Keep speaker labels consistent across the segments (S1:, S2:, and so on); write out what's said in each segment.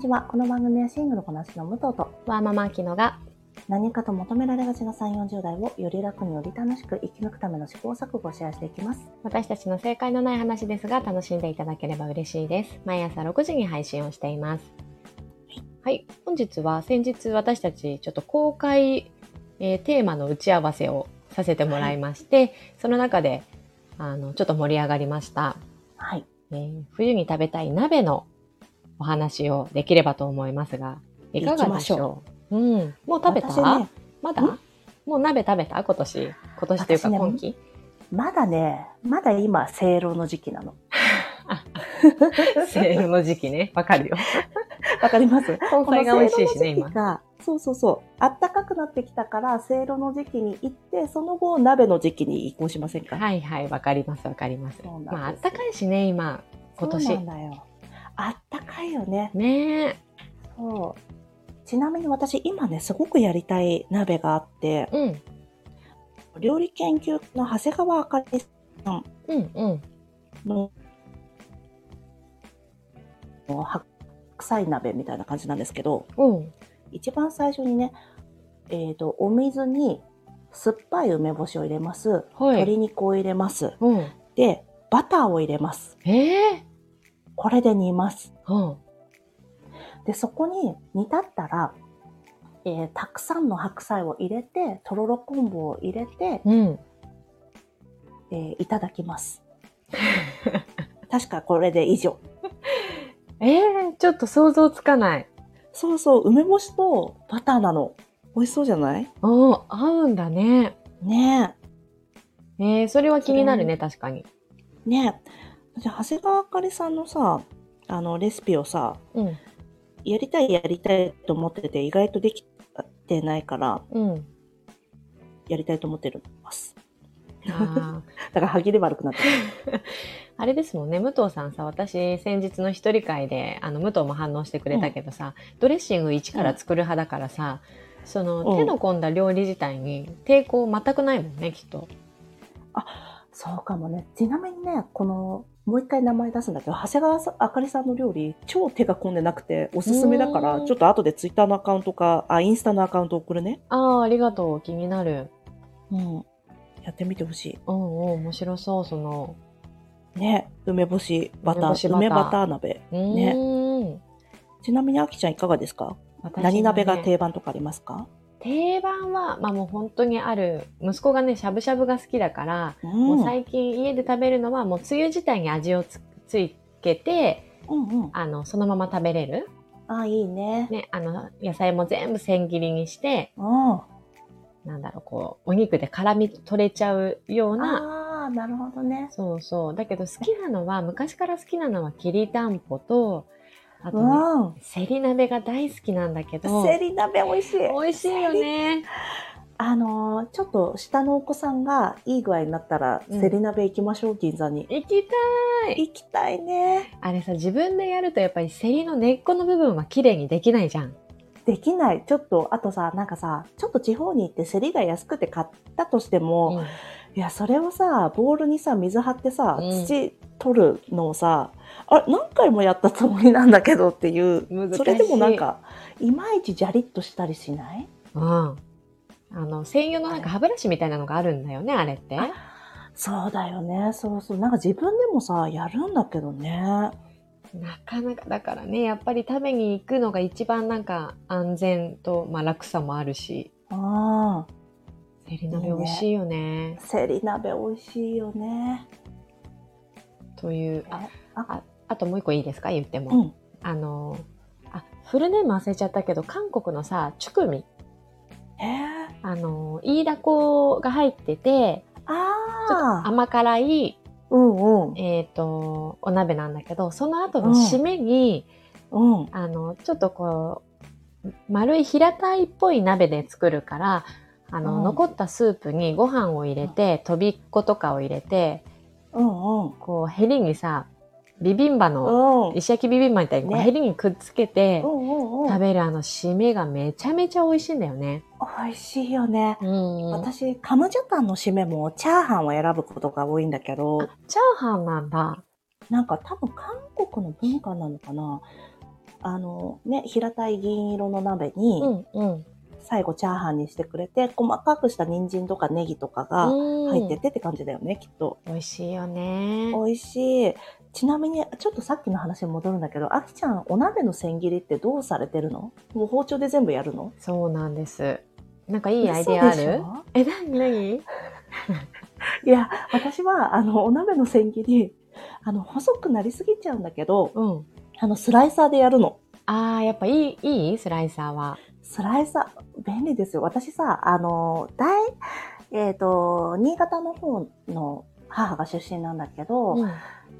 S1: ちは。この番組はシングルこなしの武藤と
S2: ワーママアキノが
S1: 何かと求められがちな3、40代をより楽により楽しく生き抜くための試行錯誤をシェアしていきます。
S2: 私たちの正解のない話ですが楽しんでいただければ嬉しいです。毎朝6時に配信をしています。はい、本日は先日私たちちょっと公開、えーテーマの打ち合わせをさせてもらいまして、その中であのちょっと盛り上がりました、
S1: はい。
S2: えー冬に食べたい鍋のお話をできればと思いますが、いかがでしょううん、もう食べた
S1: 私ね、
S2: まだ
S1: ん
S2: もう鍋食べた今年。今年というか
S1: 私ね
S2: 今期。
S1: まだね、まだ今、正露の時期な の。
S2: セールの時期ね。わかるよ。
S1: わかります
S2: 根菜が美味しいし
S1: この正露の時
S2: ね、今
S1: 期。がそうそうそう。暖かくなってきたから、せいろの時期に行って、その後、鍋の時期に移行しませんか、
S2: はいはい、わかります、わかります。
S1: そうなんです
S2: まあ、あったかいしね、今、今
S1: そうな
S2: 年
S1: ん。だよ。あったかいよね。
S2: ねえ。
S1: そう。ちなみに私、今ね、すごくやりたい鍋があって、
S2: うん、
S1: 料理研究家の長谷川あかりさ
S2: うん、うん。
S1: んの、白菜鍋みたいな感じなんですけど、
S2: おう
S1: 一番最初にね、えっ、と、お水に酸っぱい梅干しを入れます。
S2: はい。
S1: 鶏肉を入れます。
S2: うん。
S1: で、バターを入れます。
S2: ええ
S1: これで煮ます。
S2: うん。
S1: で、そこに煮立ったら、えーたくさんの白菜を入れて、とろろ昆布を入れて、
S2: うん。
S1: えーいただきます。 確かこれで以上。
S2: ええちょっと想像つかない。
S1: そうそう、梅干しとバターなの。美味しそうじゃない
S2: おお合うんだね。
S1: ね
S2: ええそれは気になる
S1: それ
S2: ね、確かに。
S1: え、ねえ。じゃあ長谷川あかりさんのさ、あの、レシピをさ、
S2: うん、
S1: やりたいやりたいと思ってて、意外とできてないから、
S2: うん。
S1: やりたいと思ってるます。
S2: あー
S1: だから歯切れ悪くなってる。
S2: あれですもんね、武藤さんさ、私、先日の一人会で、あの、武藤も反応してくれたけどさ、ドレッシング一から作る派だからさ、その、
S1: うん
S2: 手の込んだ料理自体に抵抗全くないもんね、きっと。
S1: そうかもね。ちなみにね、この、もう一回名前出すんだけど、長谷川さあかりさんの料理、超手が込んでなくて、おすすめだか
S2: う
S1: ら
S2: ーん、
S1: ちょっと後でツイッターのアカウントか、あ、インスタのアカウント送るね。
S2: ああ、ありがとう。気になる。
S1: うん。やってみてほし
S2: うんうん、面白そう、その。
S1: い。ね。梅干しバタ
S2: 梅
S1: ー、
S2: 干しバター
S1: 梅バター鍋。
S2: うーん。
S1: ちなみに、あきちゃんいかがですか
S2: 私は
S1: 何
S2: ね
S1: 鍋が定番とかありますか
S2: 定番は、まあもう本当にある、息子がね、しゃぶしゃぶが好きだから、
S1: うん。
S2: もう最近家で食べるのは、もうつゆ自体に味をつついけて、
S1: うんうん。
S2: あの、そのまま食べれる。
S1: あ、いいね。
S2: ね、あの、野菜も全部千切りにして、
S1: うん。
S2: なんだろう、こう、お肉で絡み取れちゃうような、
S1: ああ、なるほどね。
S2: そうそう。だけど好きなのは、昔から好きなのは、きりたんぽと、あと
S1: う
S2: ね、
S1: ん。
S2: セリ鍋が大好きなんだけど、
S1: セリ鍋美味しい。
S2: 美味しいよね。
S1: あのーちょっと下のお子さんがいい具合になったら、
S2: うん
S1: セリ鍋行きましょう、銀座に。
S2: 行きたい。
S1: 行きたいね。
S2: あれさ、自分でやるとやっぱりセリの根っこの部分は綺麗にできないじゃん。
S1: できない。ちょっと、あとさ、なんかさ、ちょっと地方に行ってセリが安くて買ったとしても、いや、それをさ、ボールにさ、水張ってさ、
S2: うん
S1: 土取るのをさ、あれ、何回もやったつもりなんだけどっていう、
S2: 難しい
S1: それでもなんか、いまいちジャリッとしたりしない
S2: うん。うんあの、専用のなんか歯ブラシみたいなのがあるんだよね、あれって。
S1: そうだよね。そうそう。なんか自分でもさ、やるんだけどね。
S2: なかなか、だからね、やっぱり食べに行くのが一番なんか安全と、まあ楽さもあるし、
S1: うん。
S2: セリ鍋美味しいよね。
S1: セリ鍋美味しいよね。
S2: という、あ
S1: あ、
S2: ああともう一個いいですか言っても。
S1: うん
S2: あの、あ、フルネーム忘れちゃったけど、韓国のさ、チュクミ。
S1: へえ。
S2: あの、イイダコが入ってて、ちょっと
S1: ああ。
S2: 甘辛い、
S1: うんうん。
S2: えっ、と、お鍋なんだけど、その後の締めに、
S1: うん。
S2: あの、ちょっとこう、丸い平たいっぽい鍋で作るから、あの、
S1: うん
S2: 残ったスープにご飯を入れて、とびっことかを入れて、
S1: うんうん。
S2: こう、ヘリにさ、ビビンバの、
S1: うん。
S2: 石焼きビビンバみたいにこう
S1: ね
S2: ヘリにくっつけて、
S1: うんうんう
S2: 食
S1: ん。
S2: べるあの締めがめちゃめちゃ美味しいんだよね。
S1: 美味しいよね。
S2: うん私
S1: 私、カムジャタンの締めもチャーハンを選ぶことが多いんだけど、
S2: チャーハンなんだ。
S1: なんか多分韓国の文化なのかな。あの、ね、平たい銀色の鍋に、
S2: うんうん。
S1: 最後チャーハンにしてくれて、細かくした人参とかネギとかが入
S2: 入
S1: っててって感じだよね、きっと。
S2: 美味しいよね。
S1: 美味しい。ちなみに、ちょっとさっきの話に戻るんだけど、あきちゃん、お鍋の千切りってどうされてるのもう包丁で全部やるの
S2: そうなんです。なんかいいアイデアあ
S1: 嘘でし
S2: る
S1: ょ
S2: え、なになに
S1: いや、私は、あの、お鍋の千切り、あの、細くなりすぎちゃうんだけど、
S2: うん。
S1: あの、スライサーでやるの。
S2: ああ、やっぱいい、いいスライサーは。
S1: スライサー、便利ですよ。私さ、あの、大、えっ、と、新潟の方の母が出身なんだけど、
S2: うん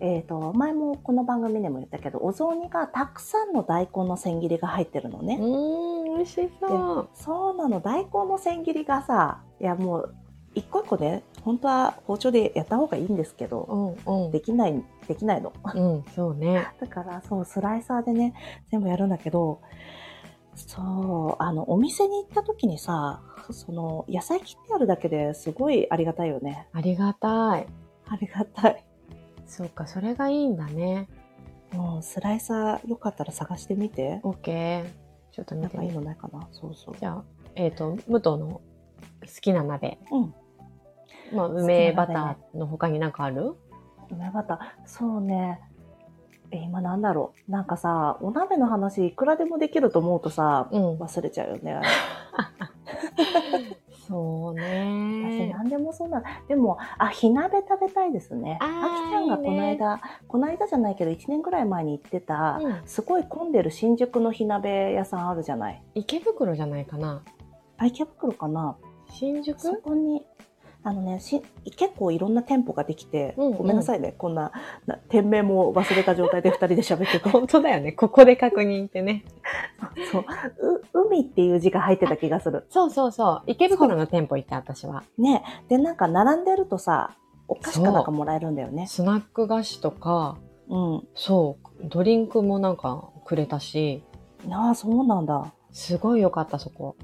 S1: えっ、と、前もこの番組でも言ったけど、お雑煮がたくさんの大根の千切りが入ってるのね。
S2: うーん、美味しそう。
S1: そうなの、大根の千切りがさ、いやもう、一個一個ね、本当は包丁でやった方がいいんですけ
S2: う
S1: ど、
S2: ん、うん。
S1: できない、できないの。
S2: うん、そうね。
S1: だから、そう、スライサーでね、全部やるんだけど、そう、あの、お店に行った時にさ、その、野菜切ってあるだけですごいありがたいよね。
S2: ありがたい。
S1: ありがたい。
S2: そうか、それがいいんだね。
S1: もう、スライサーよかったら探してみて。
S2: オッケー。ちょっと
S1: な
S2: 見
S1: ん
S2: て
S1: かい
S2: み
S1: い
S2: る。
S1: のないかなそうそう。
S2: じゃあ、えっ、と、武藤の好きな鍋。
S1: うん。
S2: ま
S1: きな
S2: あ、
S1: 鍋ね
S2: 梅バターの他になんかある
S1: 梅バター。そうね。え、今なんだろう。なんかさ、お鍋の話いくらでもできると思うとさ、
S2: うん。
S1: 忘れちゃうよね。
S2: そう
S1: 私
S2: ね。
S1: 何でもそうなのでもあ火鍋食べたいですね
S2: あー
S1: あきちゃんがこの間この間じゃないけど1年ぐらい前に行ってた、
S2: うん
S1: すごい混んでる新宿の火鍋屋さんあるじゃない
S2: 池袋じゃないかな。
S1: あ池袋かな
S2: 新宿
S1: そこにあのねし結構いろんな店舗ができて、
S2: うんうん
S1: ごめんなさいねこんなな店名も忘れた状態で2人で喋ってて
S2: 本当だよね。ここで確認ってね。
S1: そうう海っていう字が入ってた気がする
S2: そうそうそう。池袋の店舗行った、私は。
S1: ねでなんか並んでるとさお菓子かなんかもらえるんだよね
S2: スナック菓子とか、
S1: う
S2: そう、ドリンクもなんかくれたし、
S1: んああそうなんだ
S2: すごい良かった、そこ。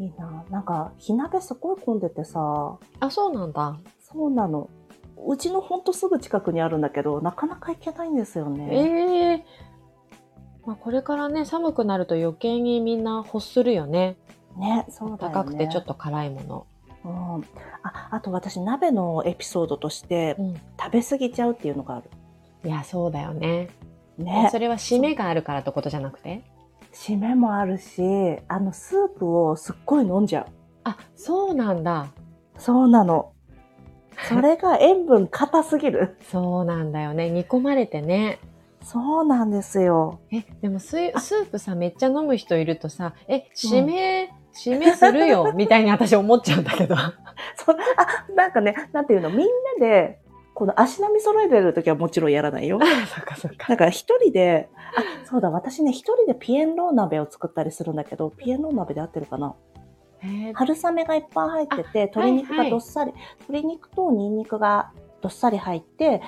S1: いいな。なんか、火鍋すごい混んでてさ、
S2: あ、そうなんだ。
S1: そうなの。うちのほんとすぐ近くにあるんだけど、なかなか行けないんですよ
S2: え
S1: ね。
S2: えまあ、これからね、寒くなると余計にみんな欲するよね。
S1: ね、そうだよね。
S2: 高くてちょっと辛いもの。
S1: うん。あ、あと私、鍋のエピソードとして、
S2: うん
S1: 食べ過ぎちゃうっていうのがある。
S2: いや、そうだよね。
S1: ね
S2: そ。れは締めがあるからってことじゃなくて
S1: 締めもあるし、あの、スープをすっごい飲んじゃ
S2: あ、そうなんだ。
S1: う。そうなの。それが塩分硬すぎる。
S2: そうなんだよね。煮込まれてね。
S1: そうなんですよ。
S2: え、でもスイスープさ、めっちゃ飲む人いるとさ、え、締め、締めするよ、みたいに私思っちゃうんだ けど。
S1: そうあ、なんかね、なんていうの、みんなで、この足並み揃えてるときはもちろんやらない よ。
S2: そっかそっか。
S1: なんか一人で、あ、そうだ、私ね、一人でピエンロー鍋を作ったりするんだけど、ピエンロー鍋で合ってるかな
S2: えー
S1: 春雨がいっぱい入ってて、鶏肉がどっさり、鶏肉とニンニクがどっさり入って、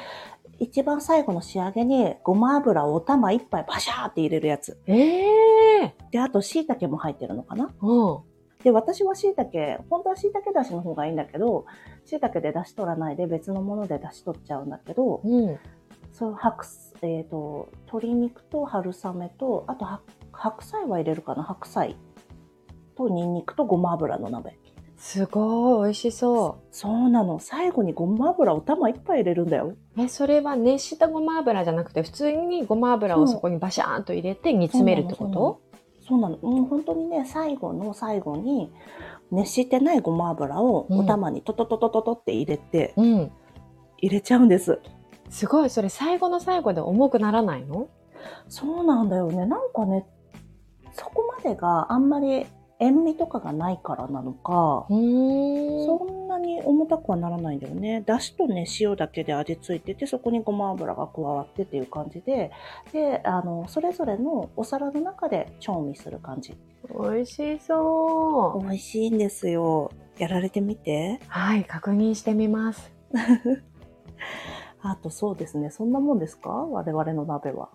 S1: 一番最後の仕上げにごま油をお玉一杯パシャーって入れるやつ。
S2: ええ
S1: で、あと椎茸も入ってるのかな
S2: うん。
S1: で、私は椎茸、本当は椎茸だしの方がいいんだけど、椎茸で出し取らないで別のもので出し取っちゃうんだけど、
S2: うん。
S1: そう白す、えー、と鶏肉と春雨とあとは白菜は入れるかな白菜とニンニクとごま油の鍋
S2: すごい、美味しそ
S1: そうなの最後にごま油お玉一杯入れるんだよ
S2: う。え、それは熱したごま油じゃなくて、普通にごま油をそこにバシャーンと入れて煮詰めるってこと
S1: そうなのもう本当にね最後の最後に熱してないごま油を
S2: うん
S1: お玉にトトトトトトって入れて、
S2: うん。
S1: 入れちゃうんです
S2: すごい、それ最後の最後で重くならないの
S1: そうなんだよねなんかねそこまでがあんまり塩味とかがないからなのか
S2: うーん。
S1: そんなに重たくはならないんだよね。だしとね、塩だけで味付いてて、そこにごま油が加わってっていう感じで、で、あの、それぞれのお皿の中で調味する感じ。
S2: 美味しそう。
S1: 美味しいんですよ。やられてみて。
S2: はい、確認してみます。
S1: あとそうですね、そんなもんですか我々の鍋は。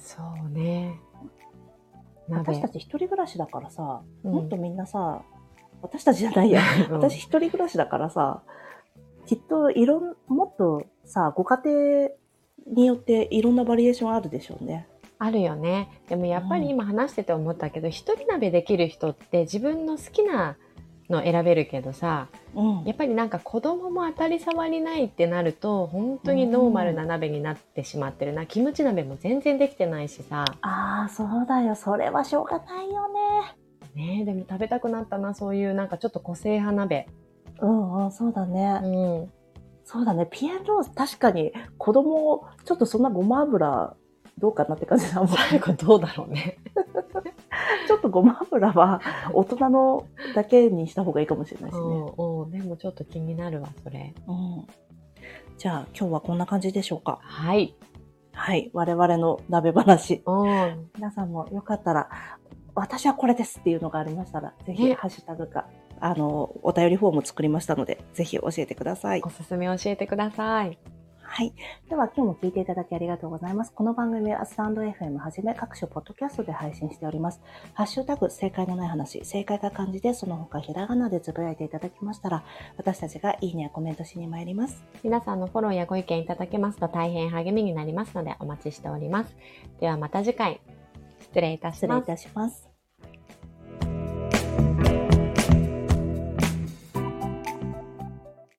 S2: そうね。
S1: 私たち一人暮らしだからさ、
S2: うん
S1: もっとみんなさ、私たちじゃないや。私一人暮らしだからさ、きっといろん、もっとさ、ご家庭によっていろんなバリエーションあるでしょうね。
S2: あるよね。でもやっぱり今話してて思ったけど、一人鍋できる人って自分の好きなの選べるけどさ、
S1: うん
S2: やっぱりなんか子供も当たり障りないってなると、本当にノーマルな鍋になってしまってるな。キムチ鍋も全然できてないしさ。
S1: ああそうだよそれはしょうがないよね
S2: ねえでも食べたくなったな、そういうなんかちょっと個性派鍋。
S1: うんうんそうだね、
S2: うん。
S1: そうだねピエロース確かに子供ちょっとそんなごま油どうかなって感じ だもん
S2: 最後どうだろうね。
S1: ちょっとごま油は大人のだけにした方がいいかもしれないですね、
S2: うんうん、でもちょっと気になるわ、それ。
S1: うん、じゃあ今日はこんな感じでしょうか
S2: はい。
S1: はい我々の鍋話
S2: うん。
S1: 皆さんもよかったら私はこれですっていうのがありましたらぜひ
S2: ね
S1: ハッシュタグかあのお便りフォーム作りましたのでぜひ教えてください
S2: おすすめ教えてください。
S1: はい。では今日も聞いていただきありがとうございます。この番組はスタンド FM はじめ各種ポッドキャストで配信しております。ハッシュタグ、正解のない話、正解が漢字で、その他ひらがなでつぶやいていただきましたら、私たちがいいねやコメントしに参ります。
S2: 皆さんのフォローやご意見いただけますと大変励みになりますのでお待ちしております。ではまた次回。失礼いたし
S1: 失礼
S2: ま
S1: い
S2: す。
S1: たします。